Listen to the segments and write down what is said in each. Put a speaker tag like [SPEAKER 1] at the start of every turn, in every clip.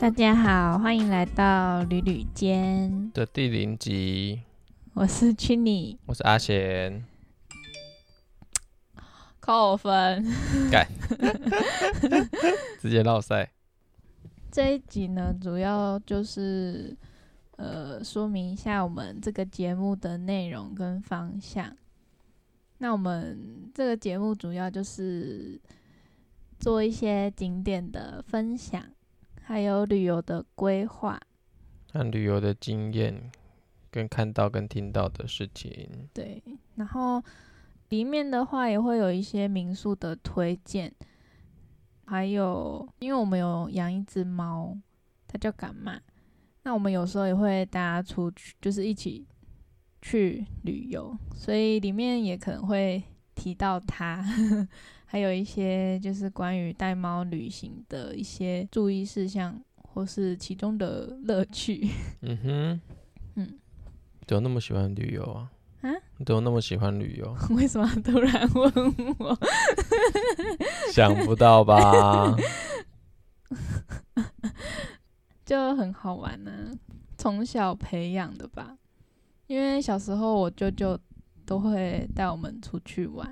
[SPEAKER 1] 大家好，欢迎来到旅旅间，
[SPEAKER 2] 的第零集，
[SPEAKER 1] 我是 Chini，
[SPEAKER 2] 我是阿贤。
[SPEAKER 1] 扣分。
[SPEAKER 2] 直接绕赛，
[SPEAKER 1] 这一集呢，主要就是呃，说明一下我们这个节目的内容跟方向。那我们这个节目主要就是做一些景点的分享，还有旅游的规划。
[SPEAKER 2] 看旅游的经验，跟看到跟听到的事情，
[SPEAKER 1] 对，然后里面的话也会有一些民宿的推荐，还有因为我们有养一只猫，它叫干嘛？那我们有时候也会大家出去，就是一起去旅游，所以里面也可能会提到它， 还有一些就是关于带猫旅行的一些注意事项，或是其中的乐趣。
[SPEAKER 2] 嗯哼，
[SPEAKER 1] 嗯，
[SPEAKER 2] 怎么那么喜欢旅游啊？
[SPEAKER 1] 啊，
[SPEAKER 2] 你怎么那么喜欢旅 游？
[SPEAKER 1] 为什么突然问我？
[SPEAKER 2] 想不到吧？
[SPEAKER 1] 就很好玩呢、从小培养的吧。因为小时候我舅舅都会带我们出去玩，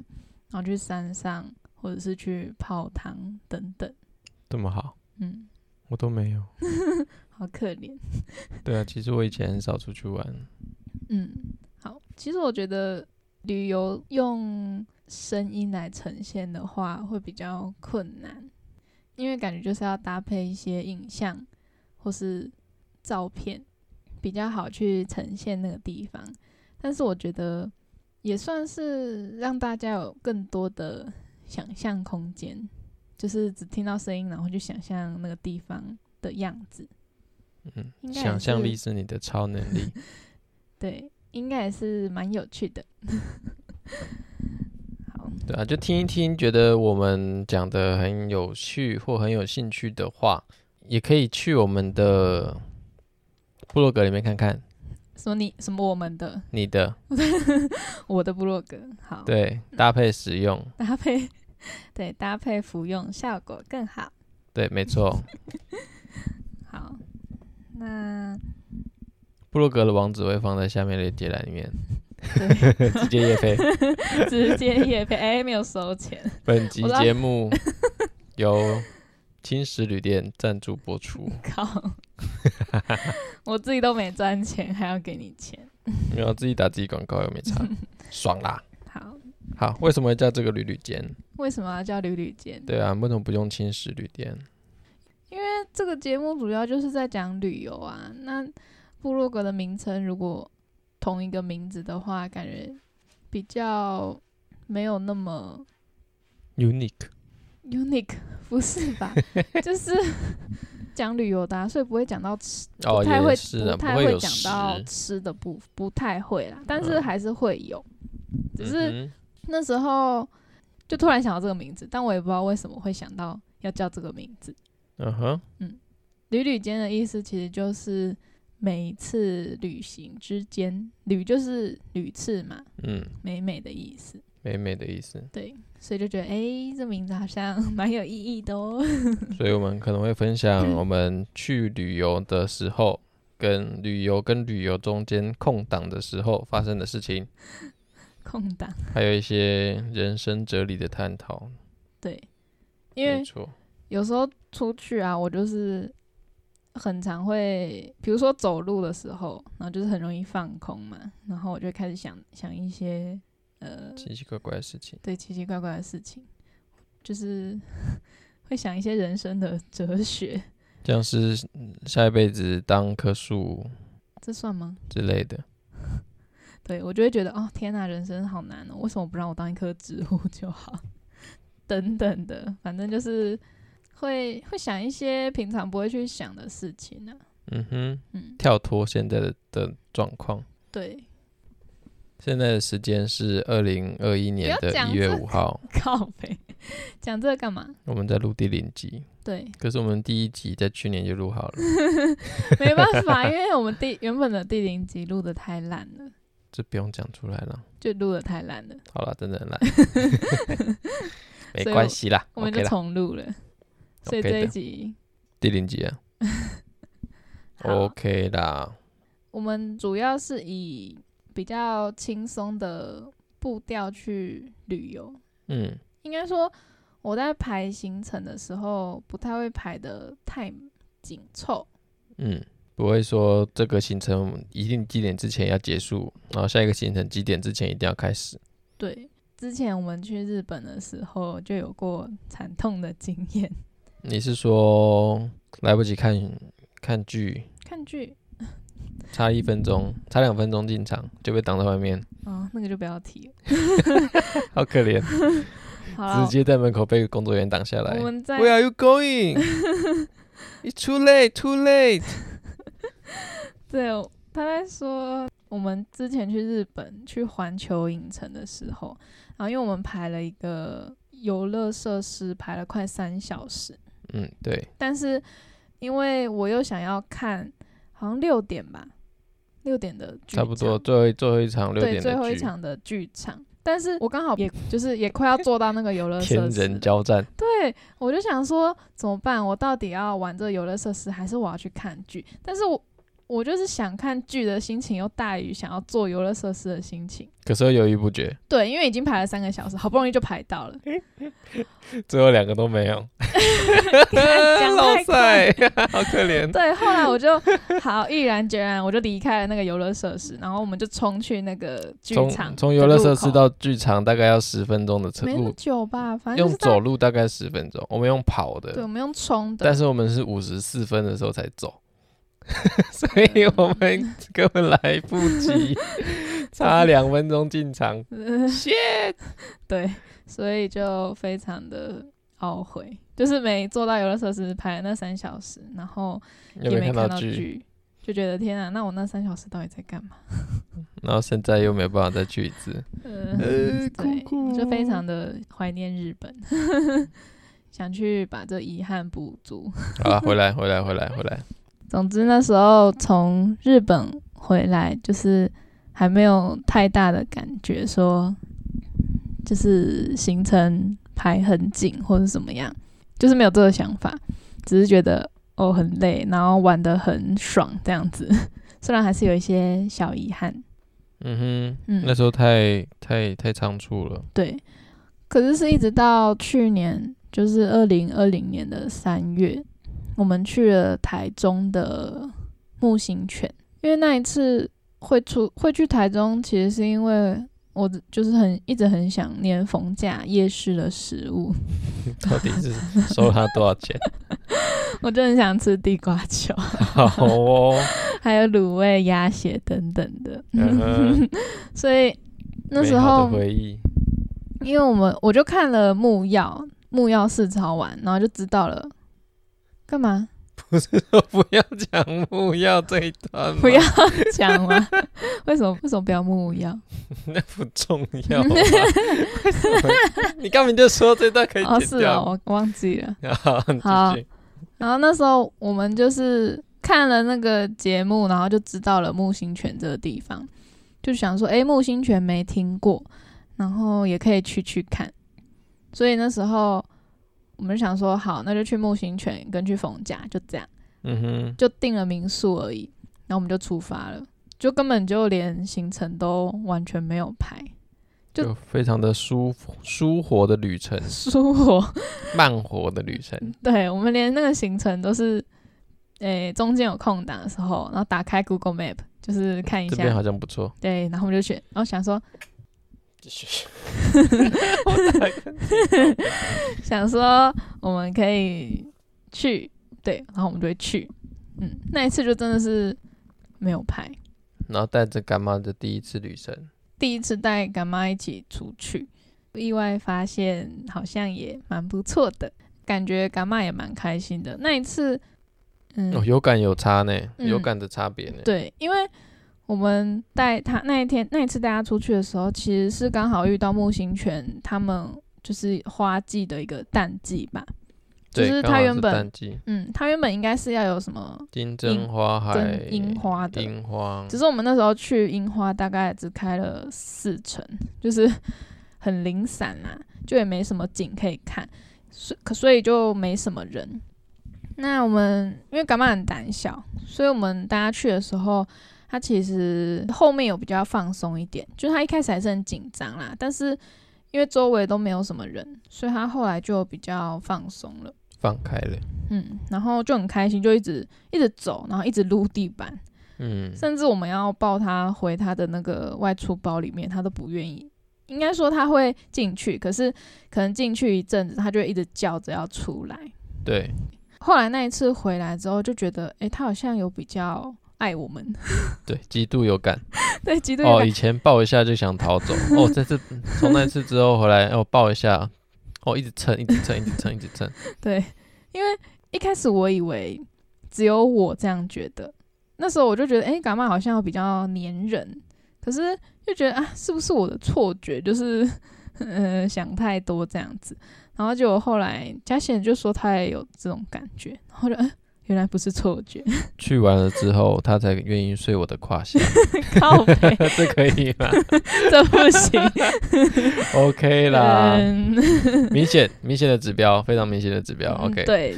[SPEAKER 1] 然后去山上或者是去泡汤等等，
[SPEAKER 2] 这么好，
[SPEAKER 1] 嗯，
[SPEAKER 2] 我都没有。
[SPEAKER 1] 好可怜，
[SPEAKER 2] 对啊，其实我以前很少出去玩。
[SPEAKER 1] 嗯，好。其实我觉得旅游用声音来呈现的话会比较困难，因为感觉就是要搭配一些影像或是照片，比较好去呈现那个地方。但是我觉得也算是让大家有更多的想象空间，就是只听到声音，然后去想象那个地方的样子。
[SPEAKER 2] 嗯
[SPEAKER 1] 应，该也
[SPEAKER 2] 想象
[SPEAKER 1] 是
[SPEAKER 2] 力是你的超能力。
[SPEAKER 1] 对，应该也是蛮有趣的。好，
[SPEAKER 2] 对啊，就听一听，觉得我们讲的很有趣或很有兴趣的话，也可以去我们的部落格里面看看
[SPEAKER 1] 说你什么我们的
[SPEAKER 2] 你的，
[SPEAKER 1] 我的部落格，好，
[SPEAKER 2] 对，搭配使用，
[SPEAKER 1] 搭配对搭配服用效果更好。
[SPEAKER 2] 对，没错。
[SPEAKER 1] 好，那
[SPEAKER 2] 部落格的网址会放在下面的解栏里面，
[SPEAKER 1] 对
[SPEAKER 2] 直接夜配。
[SPEAKER 1] 直接也配，哎、没有收钱，
[SPEAKER 2] 本集
[SPEAKER 1] 我知道
[SPEAKER 2] 节目由青石旅店赞助播出。
[SPEAKER 1] 靠，我自己都没赚钱，还要给你钱。
[SPEAKER 2] 没有自己打自己广告又没差，爽啦！
[SPEAKER 1] 好，
[SPEAKER 2] 好，为什么叫这个旅旅间？
[SPEAKER 1] 为什么要叫旅旅间？
[SPEAKER 2] 对啊，为什么不用青石旅店？
[SPEAKER 1] 因为这个节目主要就是在讲旅游啊。那部落格的名称如果同一个名字的话，感觉比较没有那么
[SPEAKER 2] unique，
[SPEAKER 1] unique，不 是 吧？就是讲旅游的、啊，所以不会讲到吃，
[SPEAKER 2] 哦，
[SPEAKER 1] 不太会
[SPEAKER 2] 也，是啊，
[SPEAKER 1] 不
[SPEAKER 2] 不
[SPEAKER 1] 太
[SPEAKER 2] 会
[SPEAKER 1] 会
[SPEAKER 2] 有
[SPEAKER 1] 讲
[SPEAKER 2] 十，
[SPEAKER 1] 到吃的部，不太会啦。但是
[SPEAKER 2] 嗯
[SPEAKER 1] 还是会有，只是
[SPEAKER 2] 嗯
[SPEAKER 1] 那时候就突然想到这个名字，但我也不知道为什么会想到要叫这个名字。
[SPEAKER 2] 哼嗯哼，
[SPEAKER 1] 旅旅间的意思其实就是每一次旅行之间，旅就是屡次嘛，
[SPEAKER 2] 嗯，
[SPEAKER 1] 美美的意思。
[SPEAKER 2] 美美的意思。
[SPEAKER 1] 对，所以就觉得诶，这名字好像 蛮有意义的哦。
[SPEAKER 2] 所以我们可能会分
[SPEAKER 1] 嗯
[SPEAKER 2] 享我们去旅游的时候，跟旅游跟旅游中间空档的时候发生的事情，
[SPEAKER 1] 空档，
[SPEAKER 2] 还有一些人生哲理的探讨。
[SPEAKER 1] 对，因为
[SPEAKER 2] 没错，
[SPEAKER 1] 有时候出去啊，我就是很常会，比如说走路的时候，然后就是很容易放空嘛，然后我就开始想想一些呃
[SPEAKER 2] 奇奇怪怪的事情。
[SPEAKER 1] 对奇奇怪怪的事情，就是 会想一些人生的哲学，
[SPEAKER 2] 像是嗯下一辈子当棵树
[SPEAKER 1] 这算吗？
[SPEAKER 2] 之类的，
[SPEAKER 1] 对我就会觉得哦，天哪，人生好难哦，为什么不让我当一棵植物就好？ 等等的，反正就是会会想一些平常不会去想的事情呢、
[SPEAKER 2] 嗯哼，
[SPEAKER 1] 嗯，
[SPEAKER 2] 跳脱现在的的状况。
[SPEAKER 1] 对。
[SPEAKER 2] 现在的时间是二零二一年
[SPEAKER 1] 不要
[SPEAKER 2] 的
[SPEAKER 1] 讲
[SPEAKER 2] 一月
[SPEAKER 1] 这
[SPEAKER 2] 五号，
[SPEAKER 1] 靠背，讲这个干嘛？
[SPEAKER 2] 我们在录第零集，
[SPEAKER 1] 对，
[SPEAKER 2] 可是我们第一集在去年就录好 了，
[SPEAKER 1] 没办法，因 为我们第原本的第零集录的太烂了，
[SPEAKER 2] 这不用讲出来了。
[SPEAKER 1] 就录的太烂了，
[SPEAKER 2] 好了，真的很烂， 没
[SPEAKER 1] 所以
[SPEAKER 2] 关系啦
[SPEAKER 1] 我们就
[SPEAKER 2] ，OK 啦，
[SPEAKER 1] 重录了。所以
[SPEAKER 2] OK
[SPEAKER 1] 这
[SPEAKER 2] 的
[SPEAKER 1] 一集
[SPEAKER 2] 第零集啊
[SPEAKER 1] 好
[SPEAKER 2] ，OK 啦，
[SPEAKER 1] 我们主要是以比较轻松的步调去旅游。
[SPEAKER 2] 嗯，
[SPEAKER 1] 应该说我在排行程的时候，不太会排的太紧凑。
[SPEAKER 2] 嗯，不会说这个行程一定几点之前要结束，然后下一个行程几点之前一定要开始。
[SPEAKER 1] 对，之前我们去日本的时候就有过惨痛的经验。
[SPEAKER 2] 你是说来不及看看剧，
[SPEAKER 1] 看剧，
[SPEAKER 2] 差一分钟，
[SPEAKER 1] 嗯
[SPEAKER 2] 差两分钟进场就被挡在外面，
[SPEAKER 1] 哦，那个就不要提了。
[SPEAKER 2] 好可怜，
[SPEAKER 1] 好啦
[SPEAKER 2] 直接在门口被工作人员挡下来
[SPEAKER 1] 我。们在
[SPEAKER 2] Where are you going? It's too late, too late.
[SPEAKER 1] 对他在说，我们之前去日本去环球影城的时候，然后因为我们排了一个游乐设施，排了快三小时，
[SPEAKER 2] 嗯，对，
[SPEAKER 1] 但是因为我又想要看，好像六点吧，六点的剧
[SPEAKER 2] 差不
[SPEAKER 1] 场
[SPEAKER 2] 多最后一最后一场六
[SPEAKER 1] 对
[SPEAKER 2] 点
[SPEAKER 1] 最后
[SPEAKER 2] 的
[SPEAKER 1] 一
[SPEAKER 2] 剧，
[SPEAKER 1] 场的剧场，但是我刚好也就是也快要坐到那个游乐
[SPEAKER 2] 天
[SPEAKER 1] 设施
[SPEAKER 2] 人
[SPEAKER 1] 了，
[SPEAKER 2] 交战。
[SPEAKER 1] 对我就想说怎么办？我到底要玩这个游乐设施，还是我要去看剧？但是我我就是想看剧的心情又大于想要做游乐设施的心情。
[SPEAKER 2] 可是又犹豫不决，
[SPEAKER 1] 对，因为已经排了三个小时，好不容易就排到了，
[SPEAKER 2] 最后两个都没有，
[SPEAKER 1] 讲
[SPEAKER 2] 老
[SPEAKER 1] 太
[SPEAKER 2] 塞
[SPEAKER 1] 快，
[SPEAKER 2] 好可怜。
[SPEAKER 1] 对，后来我就好毅然决然，我就离开了那个游乐设施，然后我们就冲去那个剧
[SPEAKER 2] 从
[SPEAKER 1] 场
[SPEAKER 2] 从
[SPEAKER 1] 的
[SPEAKER 2] 游乐
[SPEAKER 1] 入
[SPEAKER 2] 设施
[SPEAKER 1] 口
[SPEAKER 2] 到剧场大概要十分钟的车
[SPEAKER 1] 没那么
[SPEAKER 2] 路，
[SPEAKER 1] 久吧，反正就
[SPEAKER 2] 用
[SPEAKER 1] 是大
[SPEAKER 2] 走路大概十分钟，我们用跑
[SPEAKER 1] 对，我
[SPEAKER 2] 的，
[SPEAKER 1] 们用冲的，
[SPEAKER 2] 但是我们是五十四分的时候才 走，所以我们根本来不 及，差两分钟进场。
[SPEAKER 1] shit，对，所以就非常的懊悔，就是没做到游乐设施排了那三小时，然后
[SPEAKER 2] 又
[SPEAKER 1] 也没
[SPEAKER 2] 看
[SPEAKER 1] 看
[SPEAKER 2] 到
[SPEAKER 1] 到
[SPEAKER 2] 剧，
[SPEAKER 1] 剧，就觉得天啊，那我那三小时到底在干嘛？
[SPEAKER 2] 然后现在又没有办法再去一次。
[SPEAKER 1] 呃，
[SPEAKER 2] 呃
[SPEAKER 1] 对，
[SPEAKER 2] 哭哭
[SPEAKER 1] 就非常的怀念日本， 想去把这遗憾补足。
[SPEAKER 2] 好啊，回来，回来，回来，回来。
[SPEAKER 1] 总之那时候从日本回来，就是还没有太大的感觉说，就是行程排很紧或者怎么样，就是没有这个想法，只是觉得哦很累，然后玩的很爽这样子。 虽然还是有一些小遗憾，
[SPEAKER 2] 嗯哼
[SPEAKER 1] 嗯，
[SPEAKER 2] 那时候太太太仓促了。
[SPEAKER 1] 对，可是是一直到去年，就是二零二零年的三月，我们去了台中的木星犬，因为那一次会出会去台中，其实是因为我就是很一直很想念逢甲夜市的食物，
[SPEAKER 2] 到底是收他多少钱？
[SPEAKER 1] 我就很想吃地瓜球，
[SPEAKER 2] 好哦，
[SPEAKER 1] 还有卤味、鸭血等等的，
[SPEAKER 2] 嗯哼
[SPEAKER 1] 所以那时
[SPEAKER 2] 美好
[SPEAKER 1] 候
[SPEAKER 2] 的回忆，
[SPEAKER 1] 因为我们我就看了木曜木曜试操完，然后就知道了。干嘛？
[SPEAKER 2] 我不要讲木曜这一段吗，
[SPEAKER 1] 不要讲吗？ 为什么为什么不要木曜？
[SPEAKER 2] 那不重要吧。 你刚明就说这段可以
[SPEAKER 1] 哦，
[SPEAKER 2] 剪
[SPEAKER 1] 是
[SPEAKER 2] 掉。
[SPEAKER 1] 哦，我忘记了。
[SPEAKER 2] 好，你
[SPEAKER 1] 好
[SPEAKER 2] 继续。
[SPEAKER 1] 然后那时候我们就是看了那个节目，然后就知道了木星泉这个地方，就想说，诶，木星泉没听过，然后也可以去去看。所以那时候我们就想说，好，那就去木星泉跟去冯家，就这样。
[SPEAKER 2] 嗯哼，
[SPEAKER 1] 就订了民宿而已，然后我们就出发了，就根本就连行程都完全没有排，就
[SPEAKER 2] 就非常的舒服舒活的旅程，
[SPEAKER 1] 舒活。
[SPEAKER 2] 慢活的旅程。
[SPEAKER 1] 对我们连那个行程都是，诶、中间有空档的时候，然后打开 Google Map 就是看嗯一
[SPEAKER 2] 这边
[SPEAKER 1] 下，
[SPEAKER 2] 好像不错。
[SPEAKER 1] 对，然后我们就选，然后想说
[SPEAKER 2] 继续。
[SPEAKER 1] 想说我们可以去，对，然后我们就会去，嗯，那一次就真的是没有排，
[SPEAKER 2] 然后带着干妈的第一次旅程，
[SPEAKER 1] 第一次带干妈一起出去，意外发现好像也蛮不错的，感觉干妈也蛮开心的。那一次，嗯，
[SPEAKER 2] 哦哦，有感有差呢，
[SPEAKER 1] 嗯
[SPEAKER 2] 有感的差别呢。
[SPEAKER 1] 对，因为我们带他那一天那一次带他出去的时候，其实是刚好遇到木星犬他们就是花季的一个淡季吧。就
[SPEAKER 2] 对
[SPEAKER 1] 是
[SPEAKER 2] 刚
[SPEAKER 1] 它
[SPEAKER 2] 好
[SPEAKER 1] 原本
[SPEAKER 2] 淡季
[SPEAKER 1] 嗯，它原本应该是要有什么，
[SPEAKER 2] 金针花还
[SPEAKER 1] 跟樱花的
[SPEAKER 2] 樱花，
[SPEAKER 1] 只是我们那时候去樱花大概只开了四成，就是很零散啦、就也没什么景可以看，所可所以就没什么人。那我们因为感冒很胆小，所以我们大家去的时候，他其实后面有比较放松一点，就是他一开始还是很紧张啦，但是因为周围都没有什么人，所以他后来就比较放松了。
[SPEAKER 2] 放开了，
[SPEAKER 1] 嗯，然后就很开心，就一直一直走，然后一直撸地板，
[SPEAKER 2] 嗯，
[SPEAKER 1] 甚至我们要抱他回他的那个外出包里面，他都不愿意。应该说他会进去，可是可能进去一阵子，他就会一直叫着要出来。
[SPEAKER 2] 对，
[SPEAKER 1] 后来那一次回来之后，就觉得，诶、他好像有比较爱我们，
[SPEAKER 2] 对，极度有感。
[SPEAKER 1] 对，啊极度有
[SPEAKER 2] 哦，
[SPEAKER 1] 感
[SPEAKER 2] 以前抱一下就想逃走， 哦，这次从那次之后回来，哦，抱一下，哦，一直蹭，一直蹭，一直蹭，一直蹭，
[SPEAKER 1] 对，因为一开始我以为只有我这样觉得，那时候我就觉得，哎、欸，干妈好像比较黏人，可是就觉得啊，是不是我的错觉，就是 呃想太多这样子，然后结果后来嘉贤就说他也有这种感觉，然后就、呃、原来不是错觉，
[SPEAKER 2] 去完了之后，他才愿意睡我的胯下，
[SPEAKER 1] 靠背
[SPEAKER 2] 这可以吗
[SPEAKER 1] 这不行，
[SPEAKER 2] ？OK 啦，
[SPEAKER 1] 嗯
[SPEAKER 2] 明显明显的指标，非常明显的指标。
[SPEAKER 1] 嗯
[SPEAKER 2] OK，
[SPEAKER 1] 对，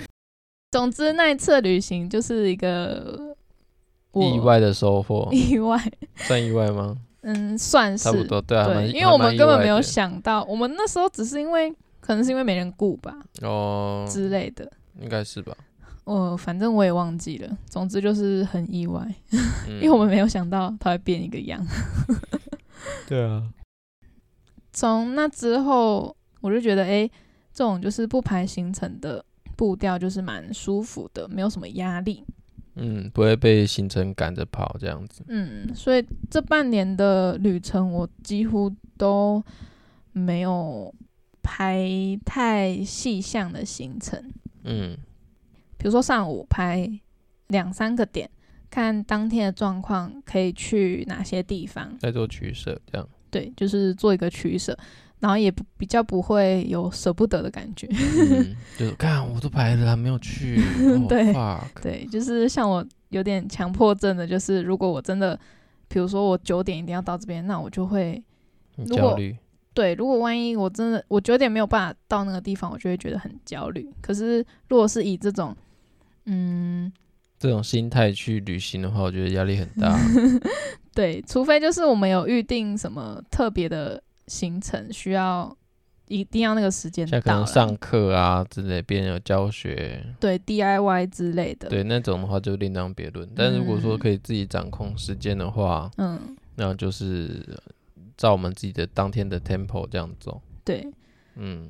[SPEAKER 1] 总之那一次的旅行就是一个我，
[SPEAKER 2] 意外的收获
[SPEAKER 1] 意外。
[SPEAKER 2] 算意外吗？
[SPEAKER 1] 嗯，算是
[SPEAKER 2] 差不多，对啊，还蛮
[SPEAKER 1] 对，因为
[SPEAKER 2] 还
[SPEAKER 1] 我
[SPEAKER 2] 蛮
[SPEAKER 1] 们
[SPEAKER 2] 意
[SPEAKER 1] 根本
[SPEAKER 2] 外
[SPEAKER 1] 没有
[SPEAKER 2] 的
[SPEAKER 1] 想到，我们那时候只是因为可能是因为没人顾吧、
[SPEAKER 2] 哦，
[SPEAKER 1] 之类的，
[SPEAKER 2] 应该是吧，
[SPEAKER 1] 我反正我也忘记了。总之就是很意外，
[SPEAKER 2] 因
[SPEAKER 1] 因为我们没有想到它会变一个样。
[SPEAKER 2] 对啊，
[SPEAKER 1] 从那之后，我就觉得，诶，这种就是不排行程的步调就是蛮舒服的，没有什么压力。
[SPEAKER 2] 嗯，不会被行程赶着跑这样子，
[SPEAKER 1] 嗯，所以这半年的旅程，我几乎都没有排太细项的行程。
[SPEAKER 2] 嗯，
[SPEAKER 1] 比如说上午拍两三个点，看当天的状况可以去哪些地方，
[SPEAKER 2] 在做取舍 这样。
[SPEAKER 1] 对，就是做一个取舍，然后也不比较不会有舍不得的感觉。
[SPEAKER 2] 嗯，就是看我都排了还没有去，哦
[SPEAKER 1] 对
[SPEAKER 2] fuck
[SPEAKER 1] 对，就是像我有点强迫症的，就是如果我真的，比如说我九点一定要到这边，那我就会
[SPEAKER 2] 很
[SPEAKER 1] 如
[SPEAKER 2] 焦
[SPEAKER 1] 果
[SPEAKER 2] 虑，
[SPEAKER 1] 对，如果万一我真的我九点没有办法到那个地方，我就会觉得很焦虑。可是如果是以这种，嗯，
[SPEAKER 2] 这种心态去旅行的话，我觉得压力很大。
[SPEAKER 1] 嗯 对，除非就是我们有预定什么特别的行程，需要一定要那个时间
[SPEAKER 2] 像可
[SPEAKER 1] 到
[SPEAKER 2] 能
[SPEAKER 1] 啦
[SPEAKER 2] 上课啊之类，别人有教学，
[SPEAKER 1] 对 DIY 之类的。，
[SPEAKER 2] 对那种的话就另当别论。但如果说
[SPEAKER 1] 嗯
[SPEAKER 2] 可以自己掌控时间的话，
[SPEAKER 1] 嗯，
[SPEAKER 2] 那就是照我们自己的当天的 tempo 这样走。
[SPEAKER 1] 对，
[SPEAKER 2] 嗯，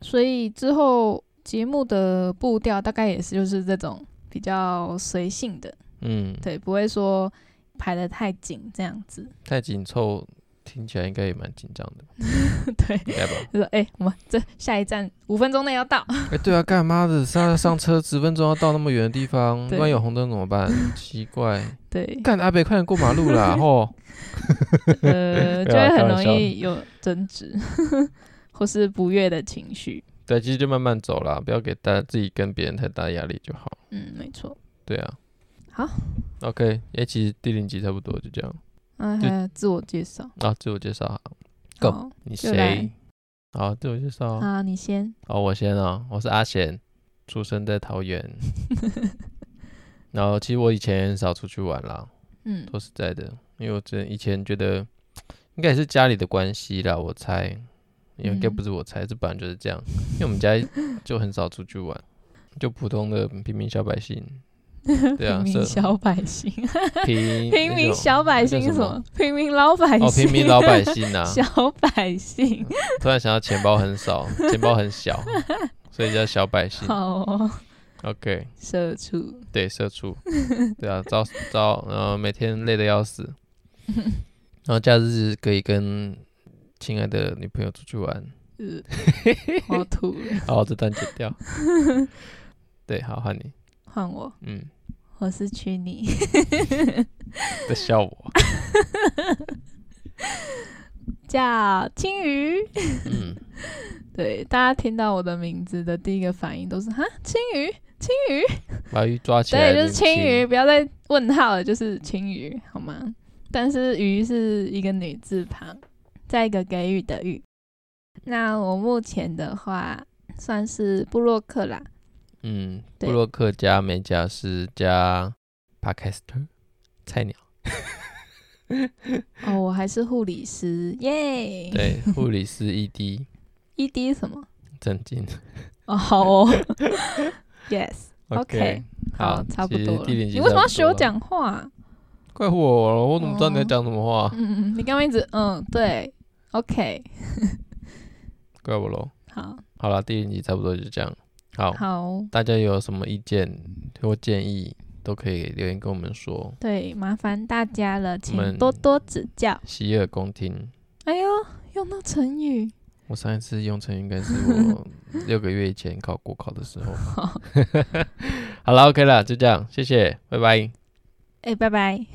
[SPEAKER 1] 所以之后节目的步调大概也是就是这种比较随性的，
[SPEAKER 2] 嗯，
[SPEAKER 1] 对，不会说排得太紧这样子。
[SPEAKER 2] 太紧凑，听起来应该也蛮紧张的，
[SPEAKER 1] 对，
[SPEAKER 2] 应该吧？
[SPEAKER 1] 就说哎、我们这下一站五分钟内要到，
[SPEAKER 2] 哎、对啊，干妈的上上车十分钟要到那么远的地方，
[SPEAKER 1] 对
[SPEAKER 2] 万一有红灯怎么 办？奇怪，
[SPEAKER 1] 对，
[SPEAKER 2] 干阿北快点过马路 啦！吼，
[SPEAKER 1] 呃，
[SPEAKER 2] 没有啦
[SPEAKER 1] 就会很
[SPEAKER 2] 开玩
[SPEAKER 1] 容
[SPEAKER 2] 笑
[SPEAKER 1] 易有争执 或是不悦的情绪。
[SPEAKER 2] 对，其实就慢慢走啦，不要给大家自己跟别人太大压力就好。
[SPEAKER 1] 嗯，没错。
[SPEAKER 2] 对啊。
[SPEAKER 1] 好。
[SPEAKER 2] OK，哎、其实第零集差不多就这样
[SPEAKER 1] 嗯，
[SPEAKER 2] 就
[SPEAKER 1] 还有自我介绍。
[SPEAKER 2] 啊。自我介绍，Go
[SPEAKER 1] 好
[SPEAKER 2] 你
[SPEAKER 1] 就来
[SPEAKER 2] 谁？好，自我介绍。
[SPEAKER 1] 啊，你先。
[SPEAKER 2] 哦，我先啊，我是阿贤，出生在桃园。然后其实我以前很少出去玩啦，
[SPEAKER 1] 嗯
[SPEAKER 2] 说实在的，因为我真的以前觉得应该也是家里的关系啦，我猜，也应该
[SPEAKER 1] 嗯
[SPEAKER 2] 不是我猜，这本来就是这样，因为我 们家就很少出去玩，就普通的平民小 百姓，对啊
[SPEAKER 1] 平
[SPEAKER 2] 是
[SPEAKER 1] 民小百姓，
[SPEAKER 2] 平
[SPEAKER 1] 平民小百姓
[SPEAKER 2] 那
[SPEAKER 1] 是
[SPEAKER 2] 叫
[SPEAKER 1] 什
[SPEAKER 2] 什
[SPEAKER 1] 么
[SPEAKER 2] 么？
[SPEAKER 1] 平民老百姓。
[SPEAKER 2] 那种哦平民老百姓啊呐、
[SPEAKER 1] 小百姓，
[SPEAKER 2] 突然想到钱包很 少，钱包很小，所以叫小百姓。
[SPEAKER 1] 好哦，
[SPEAKER 2] OK，
[SPEAKER 1] 社畜。
[SPEAKER 2] 对，社畜，对啊，招招，然后每天累得要死， 然后假日可以跟亲爱的女朋友出去玩，
[SPEAKER 1] 呃我要吐了，
[SPEAKER 2] 好，这段剪掉。对，好，换你。
[SPEAKER 1] 换我。
[SPEAKER 2] 嗯，
[SPEAKER 1] 我是屈尼。
[SPEAKER 2] 在笑我。
[SPEAKER 1] 叫金鱼。
[SPEAKER 2] 嗯，
[SPEAKER 1] 对，大家听到我的名字的第一个反应都是哈，青鱼，青鱼，
[SPEAKER 2] 把鱼抓起来。
[SPEAKER 1] 对，就是青
[SPEAKER 2] 亲
[SPEAKER 1] 鱼，。不要再问号了，就是青鱼，好吗？但是鱼是一个女字旁，再一个给予的予。那我目前的话算是布洛克啦，
[SPEAKER 2] 嗯，
[SPEAKER 1] 对
[SPEAKER 2] 布洛克加美甲师加 podcaster 菜 鸟，
[SPEAKER 1] 哦，我还是护理师，耶！
[SPEAKER 2] 对，护理师 E ED
[SPEAKER 1] 一滴什么？
[SPEAKER 2] 震惊。
[SPEAKER 1] 哦，好哦 ，yes，OK，
[SPEAKER 2] 好，
[SPEAKER 1] 差不
[SPEAKER 2] 其实
[SPEAKER 1] 多了。
[SPEAKER 2] 第零集
[SPEAKER 1] 你为什么要
[SPEAKER 2] 差不
[SPEAKER 1] 学
[SPEAKER 2] 多
[SPEAKER 1] 我
[SPEAKER 2] 了？
[SPEAKER 1] 讲话啊？
[SPEAKER 2] 怪我了，我怎么知道你在
[SPEAKER 1] 哦
[SPEAKER 2] 讲什么话？
[SPEAKER 1] 嗯，嗯，你刚刚一直嗯，对，OK，
[SPEAKER 2] 怪我喽。
[SPEAKER 1] 好，
[SPEAKER 2] 好了，第零集差不多就这样。好，
[SPEAKER 1] 好，
[SPEAKER 2] 大家有什么意见或建议，都可以留言跟我们说，
[SPEAKER 1] 对，麻烦大家了，请
[SPEAKER 2] 们
[SPEAKER 1] 多多指教。
[SPEAKER 2] 洗耳恭听。
[SPEAKER 1] 哎呦，用到成语，
[SPEAKER 2] 我上一次用成语应该是我六个月以前考国考的时候。
[SPEAKER 1] 好，
[SPEAKER 2] 好了，OK 了，就这样，谢谢，拜拜。
[SPEAKER 1] 哎、拜拜。